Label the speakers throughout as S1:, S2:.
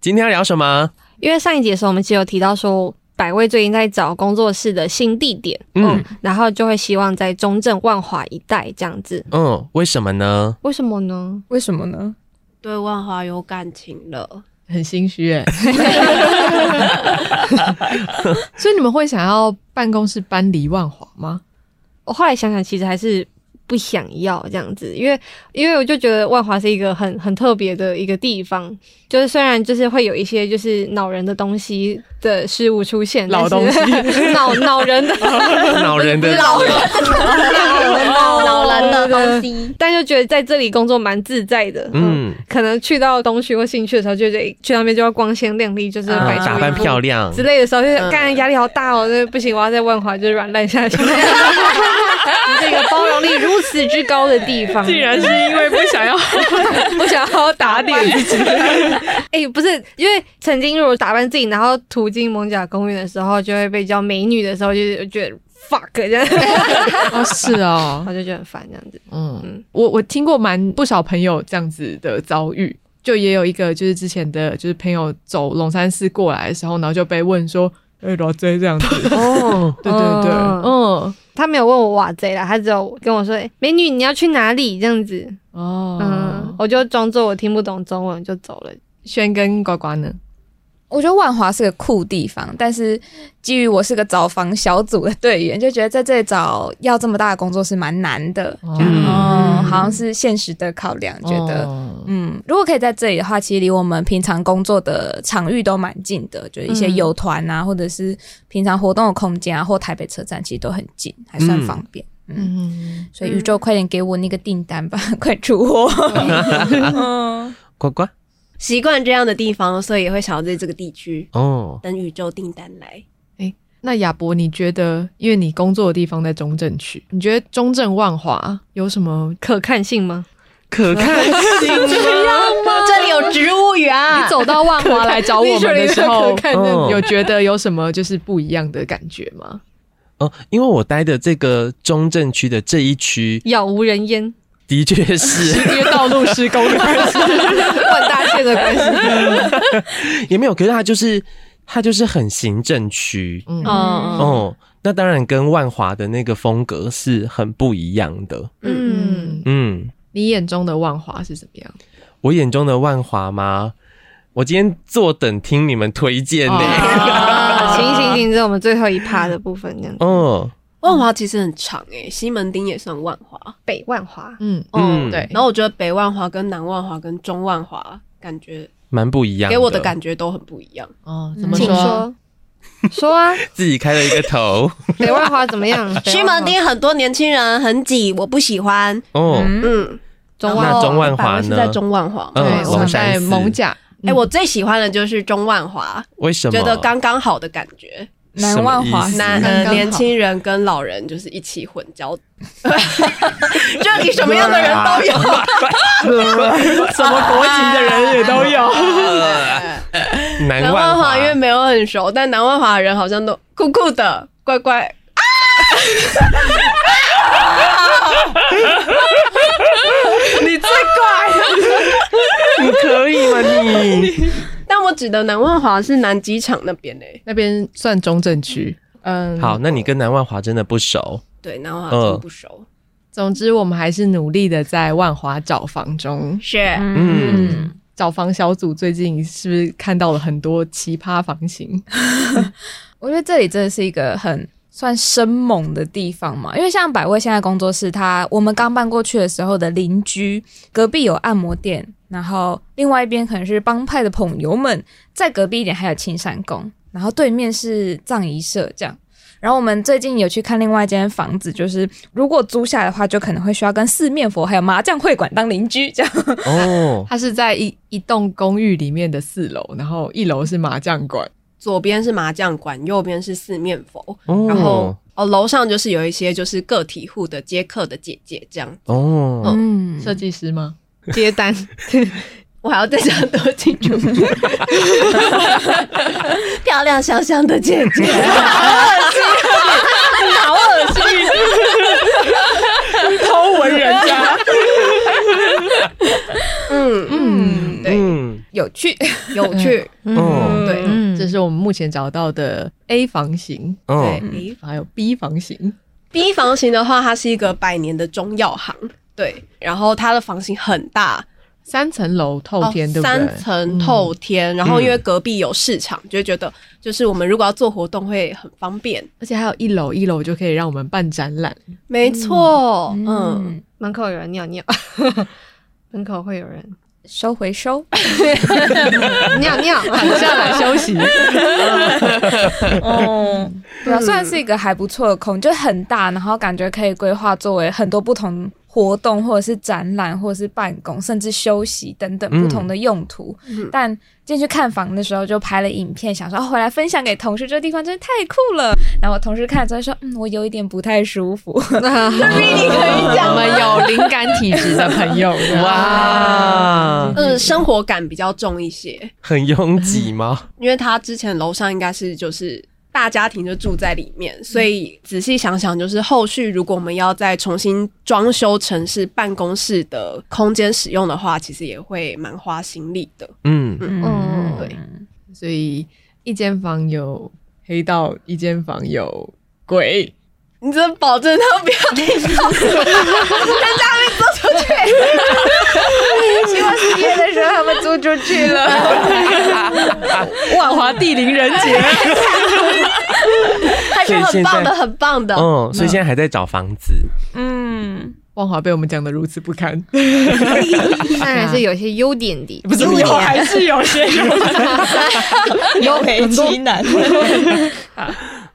S1: 今天要聊什么？
S2: 因为上一集的时候我们其实有提到说，百味最近在找工作室的新地点，
S1: 嗯
S2: 然后就会希望在中正万华一带这样子。
S1: 嗯，为什么 呢？
S2: 为什么呢？
S3: 为什么呢？
S4: 对万华有感情了，
S3: 很心虚哎、 所以你们会想要办公室搬离万华吗？
S2: 我后来想想，其实还是不想要这样子，因为因为我就觉得万华是一个很很特别的一个地方，就是虽然就是会有一些就是恼人的东西的事物出现，
S3: 老
S2: 但是 恼恼人的
S1: 恼人的
S2: 老人
S4: 哦老
S2: 老
S4: 人的
S2: 东
S4: 西，
S2: 但就觉得在这里工作蛮自在的，嗯。
S1: 嗯，
S2: 可能去到东区或新区的时候，就觉得去那边就要光鲜亮丽，就是
S3: 嗯
S2: 摆出
S1: 打扮
S2: 一副
S1: 漂亮
S2: 之，类的时候，就是
S4: 嗯
S2: 干压力好大哦，这不行，我要在万华就是软烂 下去。这个包容力如此之高的地方，
S3: 竟然是因为不想要
S2: 我想要打点自己。 哎、不是，因为曾经如果打扮自己，然后途经蒙甲公园的时候，就会被叫美女的时候，就是觉得 fuck 这样，
S3: 哦，是哦，
S2: 我就觉得很烦这样子。
S3: 嗯，我我听过蛮不少朋友这样子的遭遇，就也有一个就是之前的就是朋友走龙山寺过来的时候，然后就被问说，哎、老 J 这样子，
S1: 哦，
S3: 对对对，嗯，
S2: 他没有问我哇贼啦，他只有跟我说：“哎美女，你要去哪里？”这样子，
S3: 哦，
S2: 嗯，我就装作我听不懂中文就走了。
S3: 轩跟呱呱呢？
S5: 我觉得万华是个酷地方，但是基于我是个找房小组的队员，就觉得在这里找要这么大的工作是蛮难的。
S1: 嗯
S5: 嗯，好像是现实的考量，觉得、
S3: 哦
S5: 嗯，如果可以在这里的话，其实离我们平常工作的场域都蛮近的，就是一些
S2: 嗯
S5: 游团啊，或者是平常活动的空间啊，或台北车站，其实都很近，还算
S1: 嗯
S5: 方便。嗯，
S3: 嗯，
S5: 所以宇宙，快点给我那个订单吧， 快出货。嗯，
S1: 呱呱，
S4: 习惯这样的地方，所以也会想要在这个地区
S1: 哦，
S4: 等宇宙订单来。
S3: 那亚博，你觉得，因为你工作的地方在中正区，你觉得中正万华有什么？
S2: 可看性吗？
S1: 可看性吗？
S4: 哦这里有植物园，
S3: 你走到万华来找我们的时候
S2: 可，看
S1: 哦
S3: 有觉得有什么就是不一样的感觉吗？
S1: 哦，因为我待的这个中正区的这一区，
S2: 杳无人烟，
S1: 的确 是
S3: 因为道路施工 的关 系，
S2: 万大线的关 系。
S1: 也没有，可是它就是它就是很行政区，
S3: 嗯，
S4: 嗯
S1: 哦，那当然跟万华的那个风格是很不一样的，
S2: 嗯，
S3: 嗯，
S1: 嗯。
S3: 你眼中的万华是怎么样？
S1: 我眼中的万华吗？我今天坐等听你们推荐
S2: 嗯
S1: 呢、
S3: 哦
S2: 行行，行，这是我们最后一趴的部分，这样子。
S1: 哦，
S4: 万华其实很长诶、西门町也算万华。
S2: 北万华，
S3: 嗯，
S1: 嗯
S4: 嗯，
S3: 对
S4: 然后我觉得北万华跟南万华跟中万华感觉
S1: 蛮不一样。
S4: 给我的感觉都很不一样。
S3: 哦，怎么
S2: 请
S3: 说？
S2: 说。说啊，
S1: 自己开了一个头。
S2: 北万华怎么样？北
S4: 西
S2: 万华
S4: 门町很多年轻人很挤，我不喜欢。
S1: 哦，
S4: 嗯，
S2: 中
S1: 那
S2: 万
S1: 中万华
S4: 反而是在
S1: 呢
S4: 中万华。
S1: 嗯
S3: 对，我
S1: 龙
S3: 们
S1: 山
S3: 在
S1: 寺
S3: 蒙甲，
S4: 哎、我最喜欢的就是中万华，
S1: 为什么？
S4: 觉得刚刚好的感觉。
S1: 什
S5: 南
S1: 么
S5: 万华
S1: 意思
S4: 男
S3: 刚刚
S4: 呃
S3: 好
S4: 年轻人跟老人就是一起混 交，这里什么样的人都有。
S3: 什么国籍的人也都有。
S1: 南万
S4: 南万华因为没有很熟，但南万华的人好像都酷酷的、乖乖。
S1: 你可以吗你？
S4: 但我指的南万华是南机场那边欸嘞、
S3: 那边算中正区，嗯，
S1: 好，那你跟南万华真的不熟
S4: 对，南万华真的不熟。
S3: 总之，我们还是努力的在万华找房中，
S4: 是，
S1: 嗯
S5: 嗯，
S3: 找房小组最近是不是看到了很多奇葩房型？
S5: 我觉得这里真的是一个很算生猛的地方嘛，因为像百味现在工作室它，我们刚搬过去的时候的邻居隔壁有按摩店，然后另外一边可能是帮派的朋友们，再隔壁一点还有青山宫，然后对面是藏仪社这样。然后我们最近有去看另外一间房子，就是如果租下来的话，就可能会需要跟四面佛还有麻将会馆当邻居这样。
S1: 哦，
S3: 它是在一一栋公寓里面的四楼，然后一楼是麻将馆，
S4: 左边是麻将馆，右边是四面佛，然后
S1: 哦
S4: 哦，楼上就是有一些就是个体户的接客的姐姐这样。
S1: 哦，
S5: 嗯，
S3: 设计师吗？
S2: 接单，
S4: 我还要再讲多清楚， 漂亮香香的姐姐，
S5: 好恶心，
S3: 偷闻人家，
S4: 嗯，
S3: 嗯，
S4: 对
S1: 嗯，
S5: 有趣。
S4: 有趣，
S1: 嗯
S4: 对
S2: 嗯，
S3: 这是我们目前找到的 A 房型，
S1: 嗯
S3: 对，A 还有 B 房型，
S4: B 房型的话，它是一个百年的中药行，对，然后它的房型很大，
S3: 三层楼透天，
S4: 哦
S3: 对不对？
S4: 三层透天，然后因为隔壁有市场，就会觉得就是我们如果要做活动会很方便。
S3: 而且还有一楼，一楼就可以让我们办展览。
S4: 没错，嗯，
S5: 嗯，
S2: 门口有人尿 尿，门口会有人
S5: 收回收。
S2: 尿尿，
S3: 躺下来休 息，
S5: 哦，对啊，算是一个还不错的空，就很大，然后感觉可以规划作为很多不同活动，或者是展览，或者是办公，甚至休息等等
S1: 嗯
S5: 不同的用途。但进去看房的时候，就拍了影片，想说、哦、回来分享给同事，这个地方真的太酷了。然后我同事看了之后说，嗯，我有一点不太舒服。
S3: 我们有灵感体质的朋友，
S1: 哇，
S4: 嗯，生活感比较重一些，
S1: 很拥挤吗？
S4: 因为它之前楼上应该是就是。大家庭就住在里面，所以仔细想想，就是后续如果我们要再重新装修城市办公室的空间使用的话，其实也会蛮花心力的。
S1: 嗯，
S2: 嗯
S4: 对
S3: 所以一间房有黑道，一间房有鬼。
S4: 你真的保证他不要听到，人家被租出去，
S5: 希望十月的时候他们租出去了，
S3: 万华地灵人 杰，
S4: 还是很棒的，很棒的。
S1: 嗯，所以现在还在找房子，
S5: 嗯，
S3: 万华被我们讲的如此不堪，
S2: 当然是有些优点的，
S3: 不是有还是有些有美其男。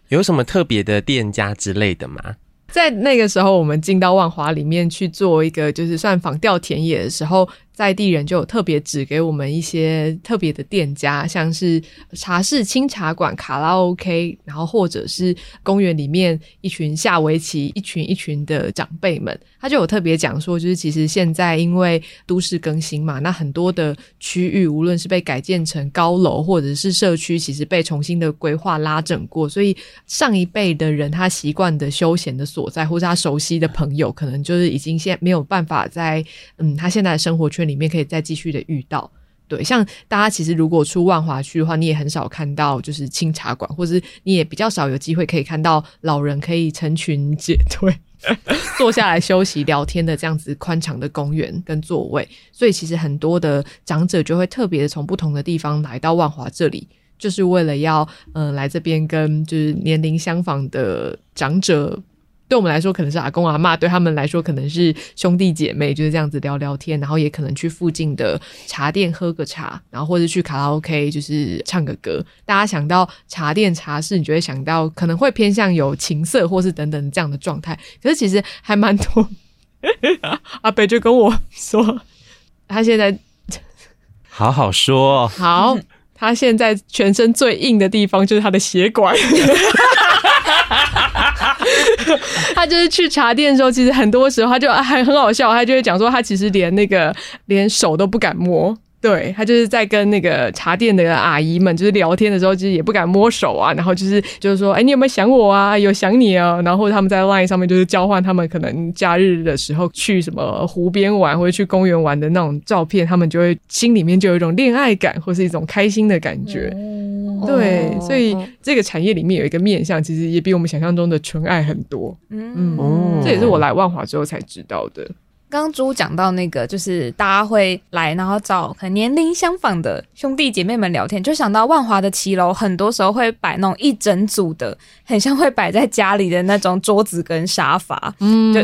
S1: 有什么特别的店家之类的吗？
S3: 在那个时候，我们进到万华里面去做一个就是算仿调田野的时候，在地人就有特别指给我们一些特别的店家，像是茶室、清茶馆、卡拉 OK，然后或者是公园里面一群下围棋、一群一群的长辈们，他就有特别讲说，就是其实现在因为都市更新嘛，那很多的区域无论是被改建成高楼或者是社区，其实被重新的规划拉整过，所以上一辈的人他习惯的休闲的所在，或是他熟悉的朋友，可能就是已经现在没有办法在嗯他现在的生活圈里面可以再继续的遇到。对，像大家其实如果出万华区的话，你也很少看到就是清茶馆，或是你也比较少有机会可以看到老人可以成群结队坐下来休息聊天的这样子宽敞的公园跟座位， 所以其实很多的长者就会特别地从不同的地方来到万华这里，就是为了要嗯、呃来这边跟就是年龄相仿的长者。对我们来说可能是阿公阿嬷，对他们来说可能是兄弟姐妹，就是这样子聊聊天，然后也可能去附近的茶店喝个茶，然后或者去卡拉 OK 就是唱个歌。大家想到茶店茶室，你就会想到可能会偏向有情色或是等等这样的状态。可是其实还蛮多， 阿北就跟我说，他现在
S1: 好好说哦，
S3: 好，他现在全身最硬的地方就是他的血管。 他就是去茶店的时候，其实很多时候他就啊还很好笑，他就会讲说啊他其实连那个连手都不敢摸。对他就是在跟那个茶店的阿姨们就是聊天的时候，就是也不敢摸手啊，然后就是就是说，哎、你有没有想我啊？有想你哦、然后他们在 LINE 上面就是交换他们可能假日的时候去什么湖边玩或者去公园玩的那种照片，他们就会心里面就有一种恋爱感或是一种开心的感觉。对，
S2: 哦
S3: 所以这个产业里面有一个面向，其实也比我们想象中的纯爱很多。
S5: 嗯
S1: 哦
S3: 这也是我来万华之后才知道的。
S5: 刚刚猪讲到那个，就是大家会来，然后找可能年龄相仿的兄弟姐妹们聊天，就想到万华的骑楼，很多时候会摆那种一整组的，很像会摆在家里的那种桌子跟沙发，
S3: 嗯
S5: 就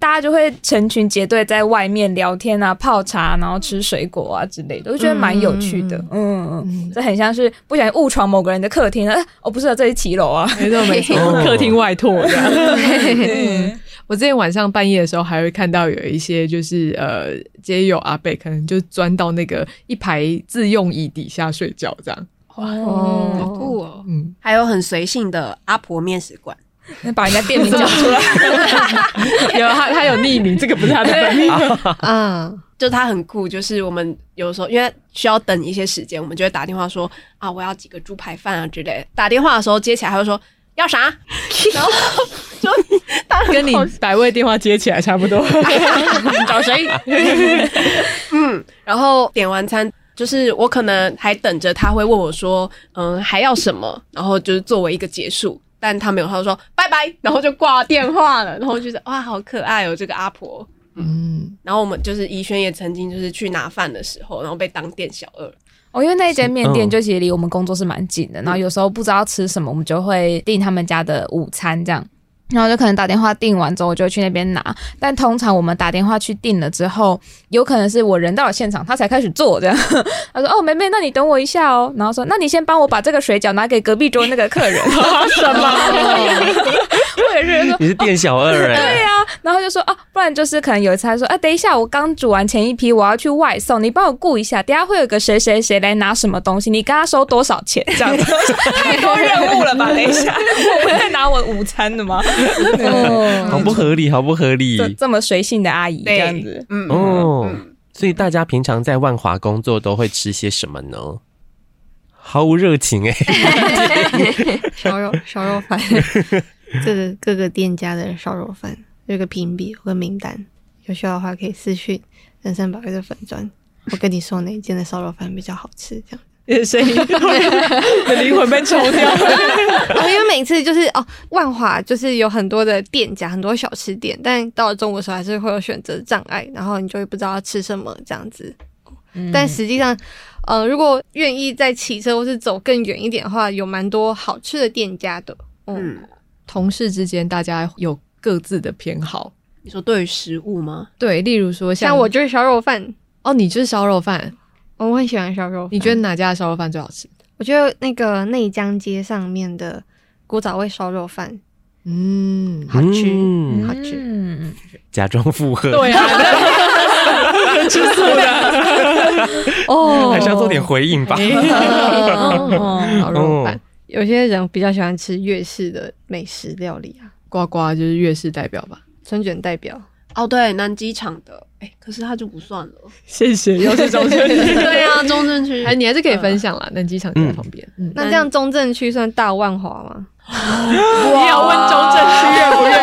S5: 大家就会成群结队在外面聊天啊、泡茶，然后吃水果啊之类的，我觉得蛮有趣的。嗯嗯嗯，这很像是不小心误闯某个人的客厅，呃，哦，不是、啊，这是骑楼啊。
S3: 没错没错
S1: 哦，
S3: 客厅外拓这样。
S5: 嗯
S3: 我之前晚上半夜的时候，还会看到有一些就是呃街友阿贝，可能就钻到那个一排自用椅底下睡觉这样。
S5: 哦，
S2: 好酷哦，
S3: 嗯，
S4: 还有很随性的阿婆面食馆，
S5: 那把人家店名讲出来，
S3: 有他他有匿名，这个不是他的本 名。
S2: 嗯，
S4: 就它很酷。就是我们有时候因为需要等一些时间，我们就会打电话说啊，我要几个猪排饭啊之类的。打电话的时候接起来，他就说要啥，然后就当然
S3: 跟你百位电话接起来 差不多。
S5: 找谁？
S4: 嗯，然后点完餐，就是我可能还等着他会问我说，嗯，还要什么，然后就是作为一个结束。但他没有，他就说拜拜，然后就挂电话了。然后我就觉得哇，好可爱哦，这个阿婆。
S3: 嗯，
S4: 然后我们就是怡轩也曾经就是去拿饭的时候，然后被当店小二。
S5: 哦，因为那一间面店
S1: 嗯
S5: 就其实离我们工作室蛮近的，然后有时候不知道吃什么，我们就会订他们家的午餐这样。然后就可能打电话订完之后，我就会去那边拿。但通常我们打电话去订了之后，有可能是我人到了现场，他才开始做这样。 他说：“哦，梅梅，那你等我一下哦。”然后说：“那你先帮我把这个水饺拿给隔壁桌那个客人。” 什么？我也是说。
S1: 你是店小二哎、
S5: 对呀、然后就说啊，不然就是可能有一次他说，啊，等一下，我刚煮完前一批，我要去外送，你帮我顾一下，等一下会有个谁谁谁来拿什么东西，你跟他收多少钱 这样子，太多任务了吧？等一下，我们在拿我午餐的吗？
S1: 好不合理，好不合理
S5: 这这么随性的阿姨这样子，
S4: 嗯，
S1: 哦。所以大家平常在万华工作都会吃些什么呢？毫无热情哎、
S2: 烧肉烧肉饭，这个各个店家的烧肉饭有个评比，有个名单，有需要的话可以私讯人生百味的粉砖，我跟你说哪一间的烧肉饭比较好吃， 这样。
S5: 你的声音，你的灵魂被抽掉了。
S2: 哦，因为每次就是哦，万华就是有很多的店家，很多小吃店，但到了中午的时候还是会有选择障碍，然后你就会不知道要吃什么这样子。但实际上，呃，如果愿意再骑车或是走更远一点的话，有蛮多好吃的店家的。嗯，
S4: 嗯，
S3: 同事之间大家有各自的偏好，
S4: 你说对于食物吗？
S3: 对，例如说像
S2: 像我就是烧肉饭，
S3: 哦，你就是烧肉饭，
S2: 我很喜欢烧肉饭。
S3: 你觉得？哪家的烧肉饭最好吃？
S2: 我觉得那个内江街上面的古早味烧肉饭
S3: 嗯，
S2: 好吃，
S1: 嗯
S2: 好吃。
S5: 嗯，
S1: 假装附和，
S3: 对 啊，
S5: 哦
S1: 还是要做 点回应吧。嗯
S3: 烧肉饭，
S2: 有些人比较喜欢吃粤式的美食料理啊，
S3: 呱呱就是粤式代表吧。
S2: 春卷代表。
S4: 哦，对，南机场的。哎，可是它就不算了。
S3: 谢谢，又是中正
S4: 对啊，中正 区
S3: 哎，你还是可以分享啦，那机场就在旁边。嗯，
S2: 那这样中正区算大万华吗？
S3: 嗯你要问中正区愿不愿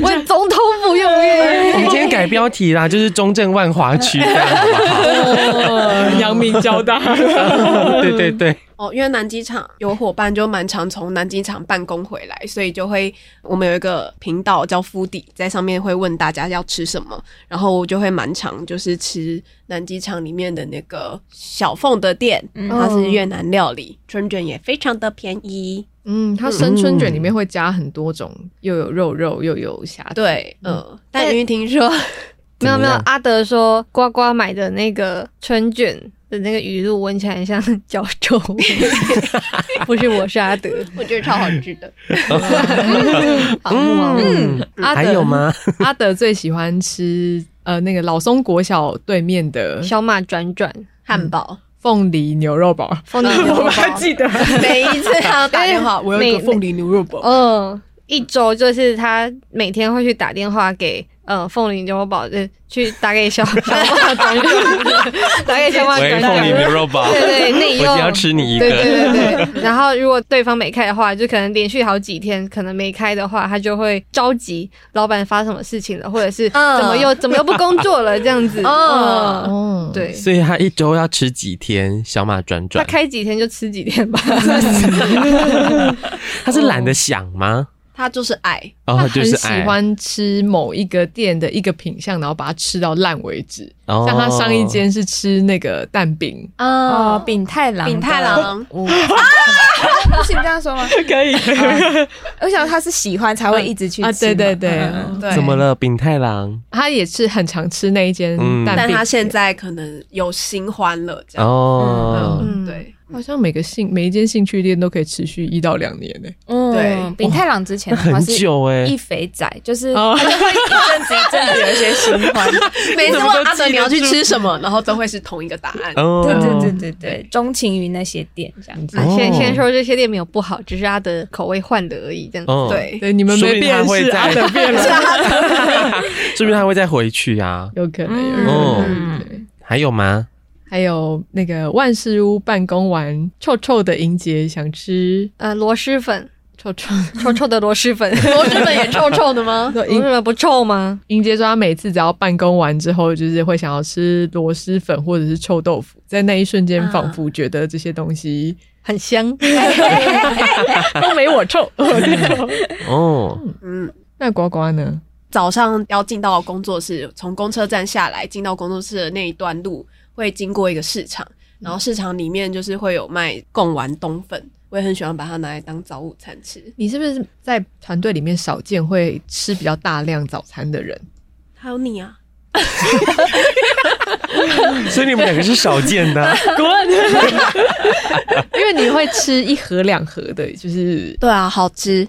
S2: 问总统府愿不愿意？
S1: 我们今天改标题啦，就是中正万华区，这样好不好？
S3: 阳明交 大，
S1: 对对对，
S4: 哦，因为南机场有伙伴就蛮常从南机场办公回来，所以就会我们有一个频道叫 Foodie，在上面会问大家要吃什么，然后我就会蛮常就是吃南机场里面的那个小凤的店，它是越南料理，春卷也非常的便宜。
S3: 嗯，它生春卷里面会加很多种，又有肉肉，又有虾。，
S4: 对，嗯，但云婷说，
S2: 没有没有
S1: 怎么样，
S2: 阿德说呱呱买的那个春卷的那个语录闻起来很像脚 臭味，不是我是阿德。
S4: 我觉得超好吃的。
S2: 好木啊
S1: 嗯，
S3: 阿
S1: 还有
S3: 德
S1: 吗？
S3: 阿德最喜欢吃呃那个老松国小对面的
S2: 小马转转，
S4: 汉
S1: 嗯
S4: 堡，
S3: 凤梨牛肉堡。
S2: 风铃牛肉包。
S3: 得
S4: 每一次他要打电 话，我有一个
S2: 每
S4: 凤梨牛肉堡。
S2: 嗯，一周就是他每天会去打电话给呃凤梨牛肉堡，就去打给小小马转转，打给小马
S1: 喂，
S2: 转
S1: 凤梨牛
S2: 转。
S1: 肉堡，
S2: 对对，内
S1: 我只要
S2: 用。
S1: 吃你一
S2: 对对
S1: 个。
S2: 对对，然后如果对方没开的话，就可能连续好几天可能没开的话，他就会着急，老板发生什么事情了，或者是怎
S4: 嗯
S2: 么又怎么又不工作了这样子。
S4: 嗯
S2: 嗯，
S3: 哦，
S2: 对，
S1: 所以他一周要吃几天？小马转
S2: 他
S1: 转，
S2: 开几天就吃几天吧。
S1: 他是懒得想吗？
S4: 他就是爱，
S1: 哦，就
S3: 很
S1: 是
S3: 喜
S1: 爱。
S3: 欢吃某一个店的一个品相，然后把它吃到烂为止。
S1: 哦
S3: 像他上一间是吃那个蛋饼，
S5: 哦
S4: 啊，
S5: 丙太郎，
S4: 丙太郎，
S1: 哦
S5: 不行这样说吗？啊
S3: 可以
S5: 我想他是喜欢才会一直去
S3: 啊，
S5: 吃嘛
S3: 对对对，
S5: 嗯嗯
S4: 对，
S1: 怎么了？丙太郎
S3: 他也是很常吃那一间
S1: 嗯
S3: 蛋饼，
S4: 但他现在可能有新欢了，这样、
S1: 哦，
S2: 嗯，
S4: 对。
S3: 好像每个兴每一间兴趣店都可以持续一到两年欸呢、
S5: 嗯
S4: 对
S5: 丙太郎之前
S1: 那
S5: 的话
S1: 很
S5: 是
S1: 久
S5: 一
S1: 哎，
S5: 肥仔，就是
S3: 哦
S5: 他就会一阵子一阵子有一些新欢，
S4: 每次问阿德你要去吃什么，然后都会是同一个答案。
S1: 哦，
S5: 对对对对对，钟情于那些店这样子。
S2: 啊先
S1: 哦
S2: 先说这些店没有不好，只是他的口味换了而已，这样。
S1: 哦，
S4: 对，
S3: 对，你们
S1: 说不
S3: 没
S1: 定
S3: 变
S1: 他会
S3: 是
S1: 在
S3: 阿德变了，
S1: 是不是他会再回去啊？
S3: 有可能。有可能
S1: 嗯
S3: 对
S1: 还有吗？
S3: 还有那个万事屋办公完，臭臭的莹姐想吃
S2: 呃，螺蛳粉，
S3: 臭臭。
S2: 臭臭的螺蛳粉，螺蛳粉也臭臭的吗？ 螺
S3: 对
S2: 蛳粉不臭吗？
S3: 英杰说，他每次只要办公完之后，就是会想要吃螺蛳粉或者是臭豆腐，在那一瞬间，
S5: 啊
S3: 仿佛觉得这些东西
S2: 很香，
S3: 都没我臭。
S1: 哦，
S4: 嗯，
S3: 那呱呱呢？
S4: 早上要进到工作室，从公车站下来进到工作室的那一段路会经过一个市场，然后市场里面就是会有卖贡丸冬粉，我也很喜欢把它拿来当早午餐吃。
S3: 你是不是在团队里面少见会吃比较大量早餐的人？
S4: 还有你啊，
S1: 所以你们两个是少见的啊、
S3: 因为你会吃一盒两盒的，就是
S4: 对啊，好吃，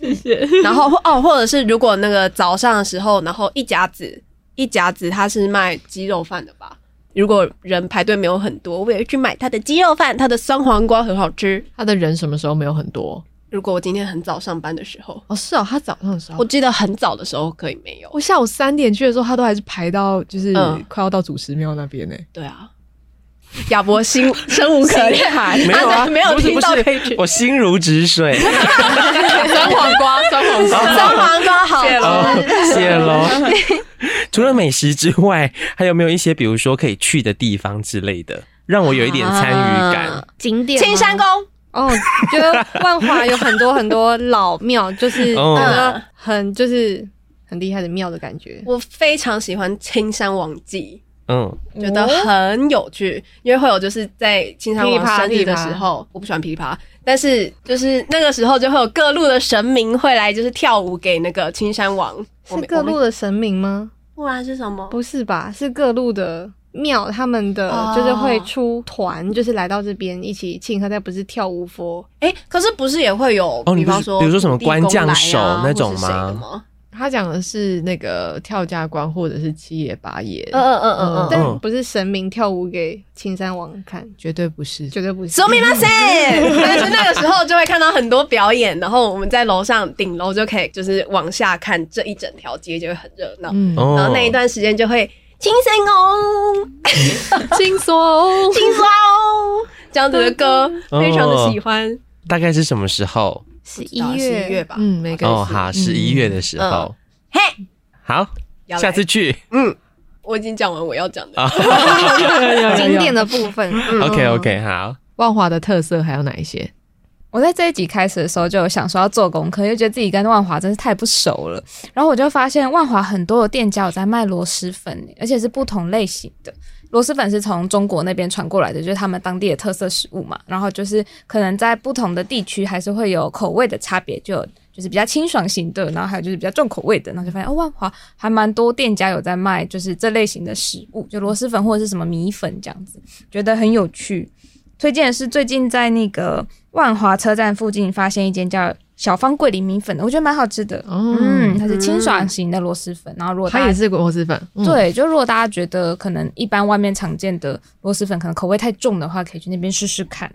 S4: 谢谢。然后或哦，或者是如果那个早上的时候，然后一甲子一甲子它是卖鸡肉饭的吧？如果人排队没有很多，我也会去买它的鸡肉饭，它的酸黄瓜很好吃。
S3: 他的人什么时候没有很多？
S4: 如果我今天很早上班的时候，
S3: 哦，是哦，他早上的时候，
S4: 我
S3: 我
S4: 记得很早的时候可以没有。
S3: 我下午三点去的时候，他都还是排到就是
S4: 嗯
S3: 快要到祖师庙那边呢、
S4: 对啊，亚 伯心生无可恋，
S1: 没有啊，
S4: 没有
S1: 不是
S4: 听到
S1: 不是
S4: 可 以去
S1: 我心如止水，
S3: 酸黄瓜，酸黄瓜，
S4: 酸黄瓜好吃。
S1: 哦，谢喽。除了美食之外，还有没有一些比如说可以去的地方之类的，让我有一点参与感？
S4: 啊
S2: 景点吗
S4: 青山宫
S2: 哦，觉得万华有很多很多老庙，就是
S1: 哦
S2: 觉得很就是很厉害的庙的感觉。
S4: 我非常喜欢青山王记，
S1: 嗯，
S4: 觉得很有趣，因为会有就是在青山王生日的时候，我不喜欢琵琶，但是就是那个时候就会有各路的神明会来，就是跳舞给那个青山王。我
S2: 是
S4: 们
S2: 各，
S4: 我
S2: 路
S4: 们
S2: 的神明吗？
S4: 不然是什么？
S2: 不是吧？是各路的庙，他们的
S4: 哦
S2: 就是会出团，就是来到这边一起庆贺，但不是跳舞佛。
S4: 哎、可是不是也会有，
S1: 哦你
S4: 比
S1: 不是
S4: 方说，
S1: 比如说什么官将手那种吗
S4: 吗？
S3: 他讲的是那个跳架关或者是七爷八爷，
S4: 嗯嗯嗯嗯嗯，
S2: 但不是神明跳舞给青山王看，
S3: 绝对不是。
S2: 绝对不是
S4: 说。 明吗？谁？但是那个时候就会看到很多表演，然后我们在楼上顶楼就可以就是往下看这一整条街，就会很热闹。
S3: 嗯，
S1: 哦，
S4: 然后那一段时间就会哦青山宫、
S3: 轻 松哦。
S4: 青山宫这样子的歌，
S1: 嗯
S4: 非常的喜欢。
S1: 大概是什么时候？
S2: 十一
S4: 到11
S2: 月
S4: 月吧，
S3: 嗯，每个
S1: 哦，好，十一月的时候。
S4: 嘿，
S1: 好，
S4: 要来
S1: 下次去。哦
S4: 我已经讲完我要讲的，
S2: 经典
S3: 的
S2: 的部分。
S1: OK OK，好，
S3: 万华的特色还有哪一些？
S5: 我在这一集开始的时候就有想说要做功课，因为觉得自己跟万华真是太不熟了。然后我就发现万华很多的店家有在卖螺蛳粉，而且是不同类型的。螺蛳粉是从中国那边传过来的，就是他们当地的特色食物嘛。然后就是可能在不同的地区还是会有口味的差别，就有就是比较清爽型的，然后还有就是比较重口味的。然后就发现哦，万华还蛮多店家有在卖，就是这类型的食物，就螺蛳粉或者是什么米粉这样子，觉得很有趣。推荐的是最近在那个万华车站附近发现一间叫小方桂林米粉的，我觉得蛮好吃的。
S3: 哦
S5: 嗯，它是清爽型的螺蛳粉，然后如果大
S3: 它
S5: 家
S3: 也是螺蛳粉，嗯，
S5: 对，就如果大家觉得可能一般外面常见的螺蛳粉可能口味太重的话，可以去那边试试看。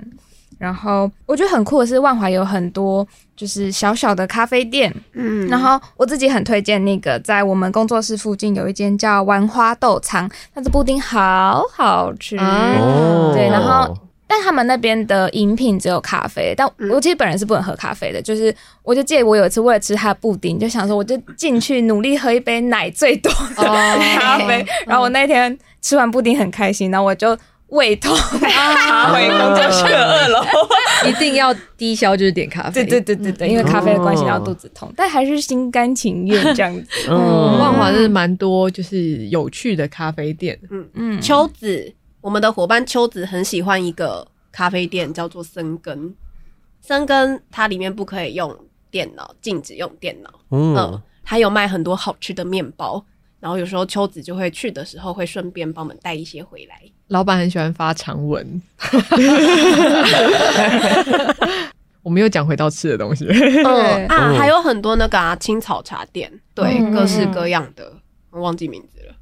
S5: 然后我觉得很酷的是，万华有很多就是小小的咖啡店，
S4: 嗯
S5: 然后我自己很推荐那个在我们工作室附近有一间叫丸花豆仓，那这布丁好好吃。
S3: 啊
S1: 哦，
S5: 嗯对然后但他们那边的饮品只有咖啡，但我其实本人是不能喝咖啡的。就是，我就记得我有一次为了吃他的布丁，就想说我就进去努力喝一杯奶最多
S2: 哦
S5: 的 咖 啡。
S2: 嗯
S5: 然后我那天吃完布丁很开心，然后我就胃痛， 爬回工作室二楼。
S6: 一定要低消就是点咖啡。
S5: 对对对对对，因为咖啡的关系，然后肚子痛，但还是心甘情愿这样子。
S1: 嗯，
S3: 万华是蛮多就是有趣的咖啡店，
S5: 嗯，
S4: 秋子，我们的伙伴秋子很喜欢一个咖啡店，叫做生根。生根它里面不可以用电脑，禁止用电脑。嗯
S1: 嗯，，
S4: 它有卖很多好吃的面包，然后有时候秋子就会去的时候，会顺便帮我们带一些回来。
S3: 老板很喜欢发长 文。我们又讲回到吃的东西，
S4: 嗯啊，
S1: 嗯
S4: 还有很多那个啊青草茶店，对，
S5: 嗯
S4: 各式各样的，我忘记名字了。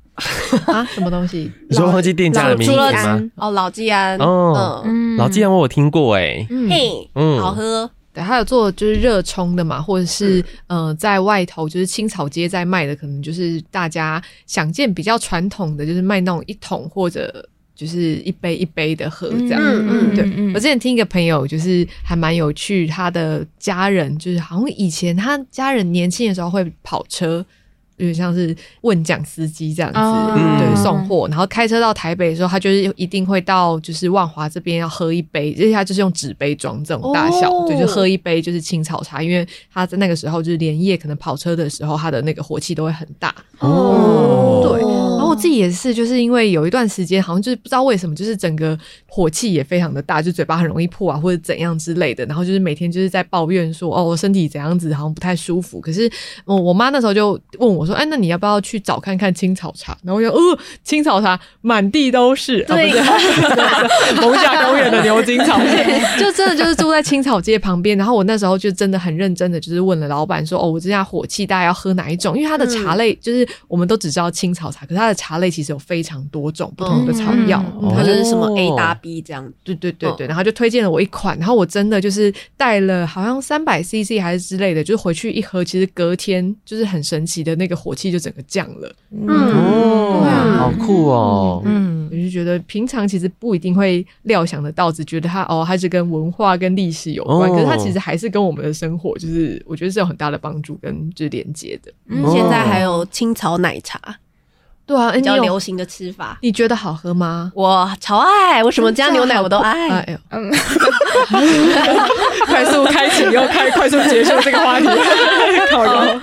S3: 啊，什么东西？
S1: 你说忘记店家的名字
S4: 老朱
S1: 吗？
S4: 哦，老季安，
S1: 哦
S4: 嗯，
S5: 嗯
S1: 老纪然我有听过哎，
S3: 嗯
S4: 嘿，
S1: 嗯
S4: 好喝，
S3: 对，还有做就是热冲的嘛，或者是
S4: 嗯
S3: 呃，在外头就是青草街在卖的，可能就是大家想见比较传统的，就是卖那种一桶或者就是一杯一杯的喝这样。
S4: 嗯
S3: 对，我之前听一个朋友，就是还蛮有趣，他的家人就是好像以前他家人年轻的时候会跑车，有点像是问讲司机这样子，
S5: 哦
S3: 对，送货。然后开车到台北的时候，他就是一定会到就是万华这边要喝一杯，而且他就是用纸杯装这种大小，
S4: 哦
S3: 对，就喝一杯就是青草茶，因为他在那个时候就是连夜可能跑车的时候，他的那个火气都会很大。
S1: 哦，
S3: 对然后我自己也是，就是因为有一段时间，好像就是不知道为什么，就是整个火气也非常的大，就嘴巴很容易破啊，或者怎样之类的。然后就是每天就是在抱怨说，哦，我身体怎样子，好像不太舒服。可是我我妈那时候就问我说，哎，那你要不要去找看看青草茶？然后我就，呃，青草茶满地都是，
S6: 对
S3: 啊、不是 蒙夏公园的牛筋草， 就真的就是住在青草街旁边。然后我那时候就真的很认真的，就是问了老板说，哦，我这下火气大，要喝哪一种？因为它的茶类、就是我们都只知道青草茶，可是它的茶类其实有非常多种不同的草药。
S1: 嗯
S4: 它就是什么
S1: 哦
S4: A 搭 B 这样，
S3: 对对对对，
S4: 嗯
S3: 然后就推荐了我一款，然后我真的就是带了好像三百 CC 还是之类的，就是回去一喝，其实隔天就是很神奇的那个火气就整个降了。
S1: 哦，好酷哦，
S3: 嗯嗯，我就觉得平常其实不一定会料想得到，只觉得它哦，它是跟文化跟历史有关，
S1: 哦
S3: 可是它其实还是跟我们的生活，就是我觉得是有很大的帮助跟就是连接的。
S1: 哦
S4: 嗯现在还有青草奶茶，
S3: 对啊，
S4: 比
S3: 你
S4: 较
S3: 有
S4: 流行的吃法。
S3: 你觉得好喝吗？
S4: 我超爱，我什么加牛奶我都
S3: 哎
S4: 爱。
S3: 呦，
S5: 嗯
S3: 快速开启又开，快速结束这个话题。烤肉，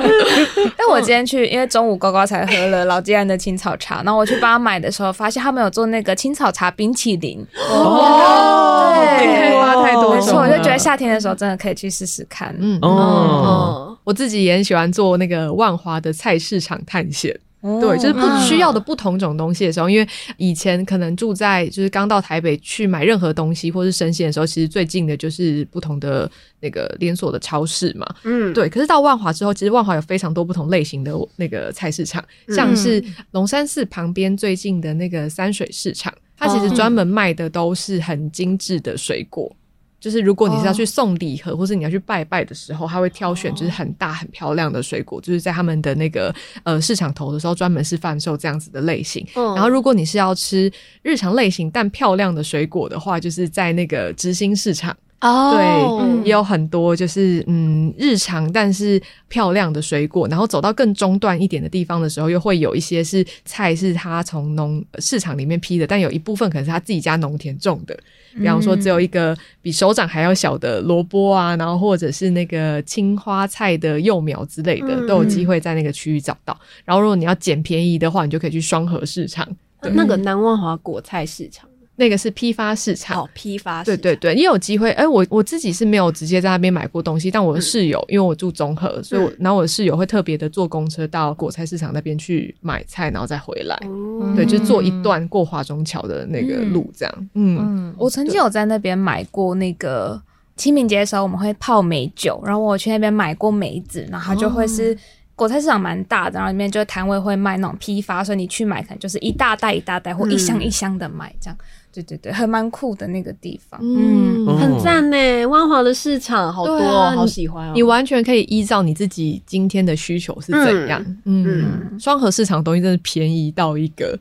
S5: 但我今天去，因为中午高高才喝了老季安的青草茶，然后我去帮他买的时候，发现他们有做那个青草茶冰淇淋，
S3: 哦
S5: 对
S3: 开发太多
S5: 没
S3: 种
S5: 错，我
S3: 了，
S5: 就觉得夏天的时候真的可以去试试看。
S3: 嗯。
S1: 哦，
S4: 哦，
S3: 我自己也很喜欢做那个万华的菜市场探险，
S5: 哦
S3: 对，就是不需要的不同种东西的时候，因为以前可能住在就是刚到台北去买任何东西或是生鲜的时候，其实最近的就是不同的那个连锁的超市嘛，
S4: 嗯，
S3: 对。可是到万华之后，其实万华有非常多不同类型的那个菜市场，像是龙山寺旁边最近的那个山水市场，它其实专门卖的都是很精致的水果。就是如果你是要去送礼盒，或是你要去拜拜的时候，他会挑选就是很大很漂亮的水果，就是在他们的那个呃市场头的时候，专门是贩售这样子的类型。
S4: 哦
S3: 然后如果你是要吃日常类型但漂亮的水果的话，就是在那个知心市场。对，
S4: 哦
S3: 也有很多就是嗯日常但是漂亮的水果，然后走到更中段一点的地方的时候，又会有一些是菜是他从农呃市场里面批的，但有一部分可能是他自己家农田种的，比方说只有一个比手掌还要小的萝卜啊，然后或者是那个青花菜的幼苗之类的，都有机会在那个区域找到。然后如果你要捡便宜的话，你就可以去双河市场，
S4: 那个南万华果菜市场，
S3: 那个是批发市场。
S4: 好批发市
S3: 对
S4: 场，
S3: 对对，也有机会。哎、我我自己是没有直接在那边买过东西，但我的室友、因为我住中和，所以我然后我的室友会特别的坐公车到果菜市场那边去买菜，然后再回来。
S4: 哦，
S3: 对，就坐一段过华中桥的那个路这样。嗯，
S5: 我曾经有在那边买过那个清明节的时候，我们会泡美酒，然后我去那边买过梅子，然后就
S3: 哦
S5: 会是。果菜市场蛮大的，然后里面就摊位会卖那种批发，所以你去买可能就是一大袋一大袋或一
S3: 嗯
S5: 箱一箱的买这样。对对对，还蛮酷的那个地方。
S3: 嗯
S1: 哦
S4: 很赞呢。万华的市场好多
S3: 对
S4: 哦，
S3: 啊
S4: 好喜欢哦。
S3: 你完全可以依照你自己今天的需求是怎样。嗯，双、河市场东西真的便宜到一个。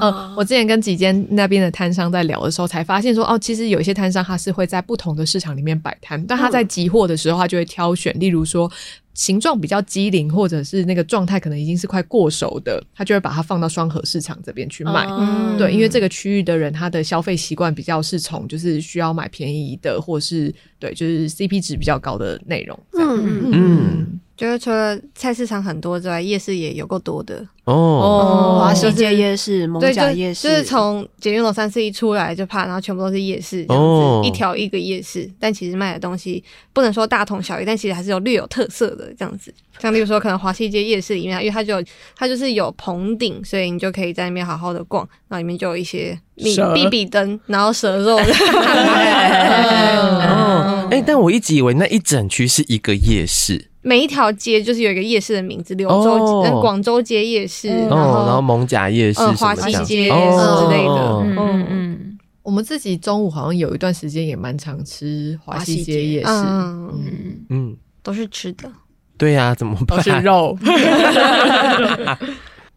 S3: 呃，我之前跟几间那边的摊商在聊的时候，才发现说，哦，其实有一些摊商他是会在不同的市场里面摆摊，但他在集货的时候，他就会挑选，例如说形状比较机灵，或者是那个状态可能已经是快过熟的，他就会把它放到双河市场这边去卖。
S4: 嗯
S3: 对，因为这个区域的人他的消费习惯比较是从就是需要买便宜的，或是对就是 CP 值比较高的内容。这样
S4: 嗯
S1: 嗯，
S2: 觉得除了菜市场很多之外，夜市也有够多的。
S1: 哦，
S4: 哦，华西
S2: 就是
S4: 街夜市、蒙
S2: 对，就
S4: 甲夜市，
S2: 就是从捷运龙山寺一出来就怕，然后全部都是夜市，这样子、
S1: 哦
S2: 一条一个夜市。但其实卖的东西不能说大同小异，但其实还是有略有特色的这样子。像例如说，可能华西街夜市里面，因为它就有它就是有棚顶，所以你就可以在那边好好的逛，然后里面就有一些米
S3: 蛇
S2: 比比灯，然后蛇肉的。
S1: 哦，哎，但我一直以为那一整区是一个夜市，
S2: 每一条街就是有一个夜市的名字，柳州、
S1: 哦
S2: 嗯广州街夜市，
S5: 嗯
S2: 然
S1: 哦，
S2: 后
S1: 然后蒙甲夜市什
S2: 嗯
S1: 么
S2: 华
S1: 这
S2: 西
S1: 样，
S2: 街
S1: 哦
S2: 之类的
S1: 哦
S5: 嗯嗯嗯，
S3: 我们自己中午好像有一段时间也蛮常吃华西街夜市，
S2: 嗯
S3: 嗯，
S1: 嗯，啊
S2: 都是吃的。
S3: 哦
S1: 对呀，怎么
S3: 都是
S1: 办？
S3: 肉。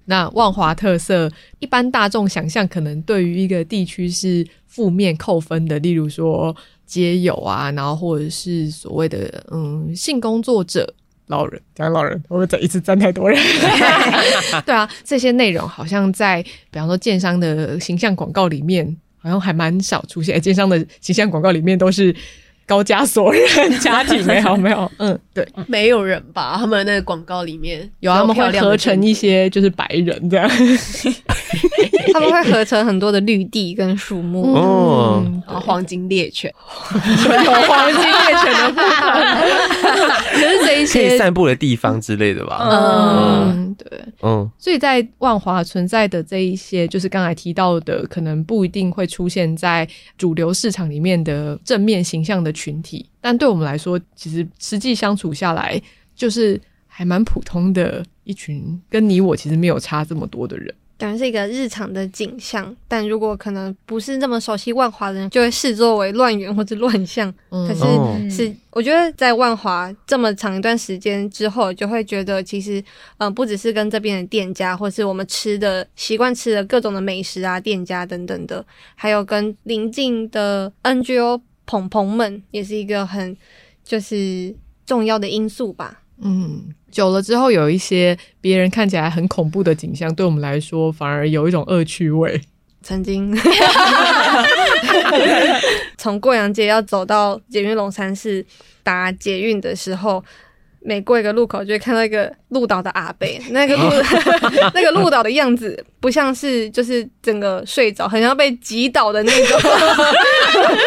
S3: 那万华特色，一般大众想象可能对于一个地区是负面扣分的，例如说街友啊，然后或者是所谓的嗯性工作者。老人讲老人，会不会再一次站太多人？ 对啊，这些内容好像在比方说建商的形象广告里面，好像还蛮少出现。哎建商的形象广告里面都是高加索 人家庭，没有没有，嗯，对，
S4: 没有人吧？他们那个广告里面
S3: 有啊他们
S4: 漂
S3: 会
S4: 亮的
S3: 合成
S4: 人
S3: 一些就是白人这样。
S2: 他们会合成很多的绿地跟树木。
S1: 哦，
S4: 啊黄金猎犬，
S3: 嗯有黄金猎犬的
S6: 可是这一
S1: 可以
S6: 些
S1: 散步的地方之类的吧？
S6: 嗯，
S3: 嗯，对。
S1: 嗯，
S3: 所以在万华存在的这一些，就是刚才提到的，可能不一定会出现在主流市场里面的正面形象的群体，但对我们来说，其实实际相处下来，就是还蛮普通的一群，跟你我其实没有差这么多的人。
S2: 感觉是一个日常的景象，但如果可能不是那么熟悉万华的人，就会视作为乱源或者乱象。
S3: 嗯
S2: 可是
S1: 哦
S2: 是，我觉得在万华这么长一段时间之后，就会觉得其实，嗯、不只是跟这边的店家，或是我们吃的习惯吃的各种的美食啊、店家等等的，还有跟邻近的 NGO 朋朋们，也是一个很就是重要的因素吧。
S3: 嗯，久了之后，有一些别人看起来很恐怖的景象，对我们来说反而有一种恶趣味。
S2: 曾经从贵阳街要走到捷运龙山寺搭捷运的时候，每过一个路口就会看到一个鹿岛的阿 伯，那个鹿 那个鹿岛的样子不像是就是整个睡着，很像被挤倒的那种， 那个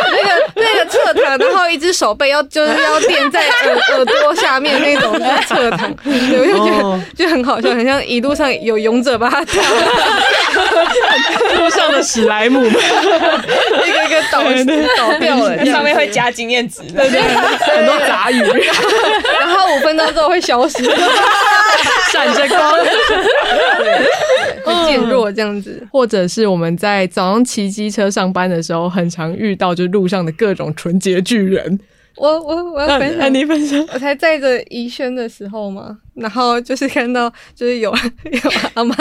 S2: 那个侧躺，然后一只手背要就是要垫在耳耳朵下面那种侧躺，对，我就觉得、
S1: 哦
S2: 就很好笑，很像一路上有勇者把他打
S3: 路上的史莱 姆，
S2: 一个一个 倒倒掉了，这样
S6: 上面会加经验值，对对，
S3: 很多杂语，
S2: 然后五分钟之后会消失，
S3: 闪着光。嗯
S2: 会渐弱这样子。
S3: 或者是我们在早上骑机车上班的时候，很常遇到就是路上的各种纯洁巨人。
S2: 我我我要
S3: 那
S2: 分
S3: 那
S2: 享。
S3: 你分享，
S2: 我才载着怡轩的时候嘛， 然后就是看到 就是有有阿妈，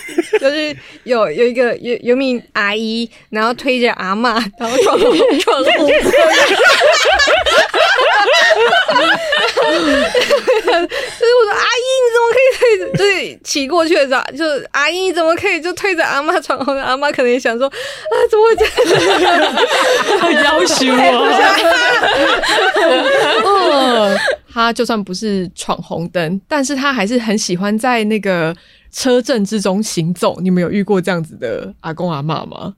S2: 就是有有一个有有名阿姨，然后推着阿妈，然后 闯入闯 入，就是我说阿姨，你怎么可以推着？就是骑过去的时候，就是阿姨，你怎么可以就推着阿妈闯红灯？阿妈可能也想说啊，怎么会这样？
S3: 很要求我。嗯，他就算不是闯红灯，但是他还是很喜欢在那个车阵之中行走。你们有遇过这样子的阿公阿嬷吗？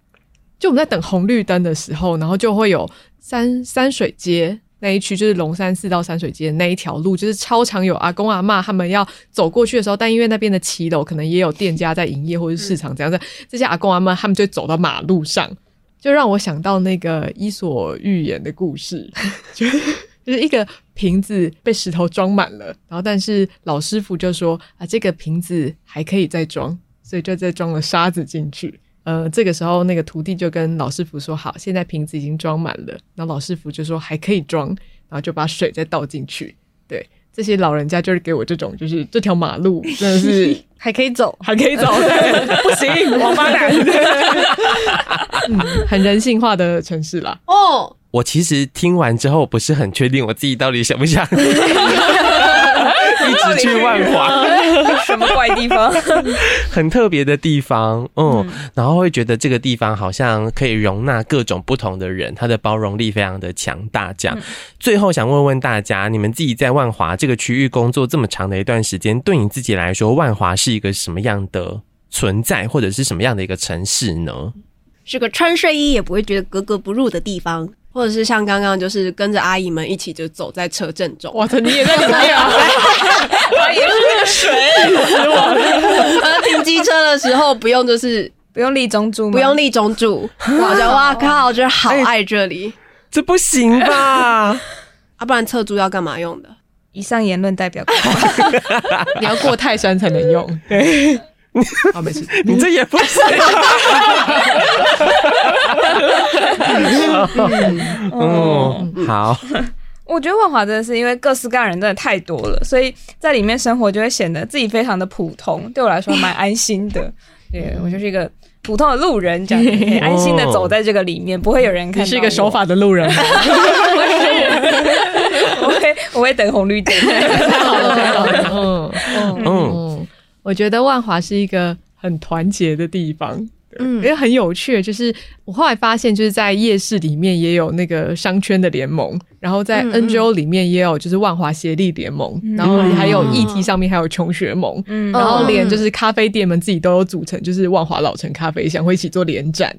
S3: 就我们在等红绿灯的时候，然后就会有三三水街那一区，就是龙山寺到山水街那一条路，就是超常有阿公阿嬷他们要走过去的时候，但因为那边的骑楼可能也有店家在营业或者市场这样子，这些阿公阿嬷他们就走到马路上，就让我想到那个《伊索寓言》的故事， 就是就是一个瓶子被石头装满了，然后但是老师傅就说啊，这个瓶子还可以再装，所以就再装了沙子进去。呃，这个时候那个徒弟就跟老师傅说：“好，现在瓶子已经装满了。”然后老师傅就说：“还可以装。”然后就把水再倒进去。对，这些老人家就是给我这种，就是这条马路真的是
S2: 还可以走，
S3: 还可以走，对不 行，王八蛋。嗯，很人性化的城市啦。
S4: 哦，
S1: 我其实听完之后不是很确定我自己到底想 不想一直去万华。
S6: 什么怪地方？
S1: 很特别的地方，嗯，然后会觉得这个地方好像可以容纳各种不同的人，它的包容力非常的强大。这样，最后想问问大家，你们自己在万华这个区域工作这么长的一段时间，对你自己来说，万华是一个什么样的存在，或者是什么样的一个城市呢？
S4: 是个穿睡衣也不会觉得格格不入的地方，或者是像刚刚就是跟着阿姨们一起就走在车阵中，
S3: 哇塞，你也在里面 啊？
S4: 呃， 停机车的时候不 用就是
S5: 不用立中柱吗，
S4: 不用立中柱，我就哇靠，我觉得好爱这里，
S3: 哎
S1: 这不行吧？
S4: 啊，不然侧柱要干嘛用的？
S5: 以上言论代表个人。
S3: 你要过泰山才能用。对，好，没事。
S1: 你这也不行。 嗯，好，
S5: 我觉得万华真的是因为各式各样的人真的太多了，所以在里面生活就会显得自己非常的普通，对我来说蛮安心 的。对我就是一个普通的路人，这样可以安心的走在这个里面，不会有人看
S3: 嗯
S5: 到
S3: 你
S5: 我。
S3: 是一个守法的路 人吗，
S5: 我会我会等红绿灯。
S3: 太好了，太好了，
S5: 嗯
S3: 嗯
S1: 嗯
S3: 嗯，我觉得万华是一个很团结的地方。
S2: 嗯
S3: 因为很有趣，就是我后来发现，就是在夜市里面也有那个商圈的联盟，然后在
S2: 嗯嗯
S3: NGO 里面也有就是万华协力联盟，
S5: 嗯
S3: 然后还有议题上面还有穷学盟，
S5: 嗯
S3: 然后连
S2: 嗯
S3: 就是咖啡店们自己都有组成，就是万华老城咖啡想会一起做联展，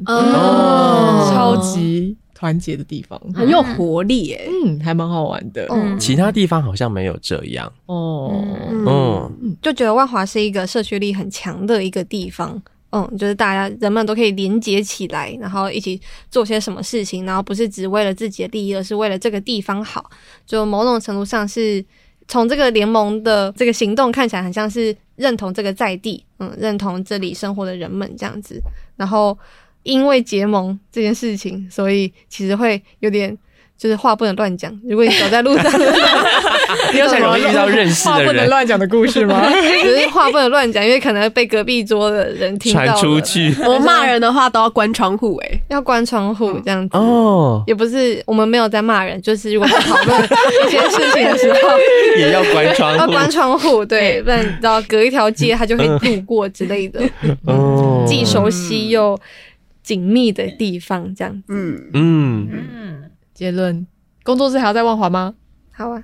S2: 哦
S3: 超级团结的地方，
S4: 很有活力耶、
S3: 嗯，还蛮好玩的
S5: 嗯
S1: 其他地方好像没有这样。
S3: 哦。
S5: 嗯
S1: 嗯，
S2: 就觉得万华是一个社区力很强的一个地方。嗯，就是大家人们都可以连接起来，然后一起做些什么事情，然后不是只为了自己的利益，而是为了这个地方好。就某种程度上是从这个联盟的这个行动看起来，很像是认同这个在地，嗯，认同这里生活的人们这样子。然后因为结盟这件事情，所以其实会有点就是话不能乱讲。如果你走在路上，
S3: 你有
S1: 太容易遇到认识
S3: 话
S1: 的
S3: 不能
S1: 人
S3: 乱讲的故事吗？
S2: 只是话不能乱讲，因为可能被隔壁桌的人听到
S1: 传
S2: 了
S1: 出，去
S4: 我骂人的话都要关窗户哎、
S2: 要关窗户这样子。
S1: 哦，
S2: 也不是，我们没有在骂人，就是如果在讨论一些事情的时
S1: 哦
S2: 候，
S1: 也要哦关窗
S2: 要
S1: 户
S2: 关窗户，对，不然你知道隔一条街他就
S1: 嗯
S2: 会路过之类的，
S1: 哦
S2: 既熟悉又紧密的地方，这样
S4: 嗯，
S1: 嗯，
S5: 嗯，
S3: 结论：工作室还要在万华吗？
S2: 好啊。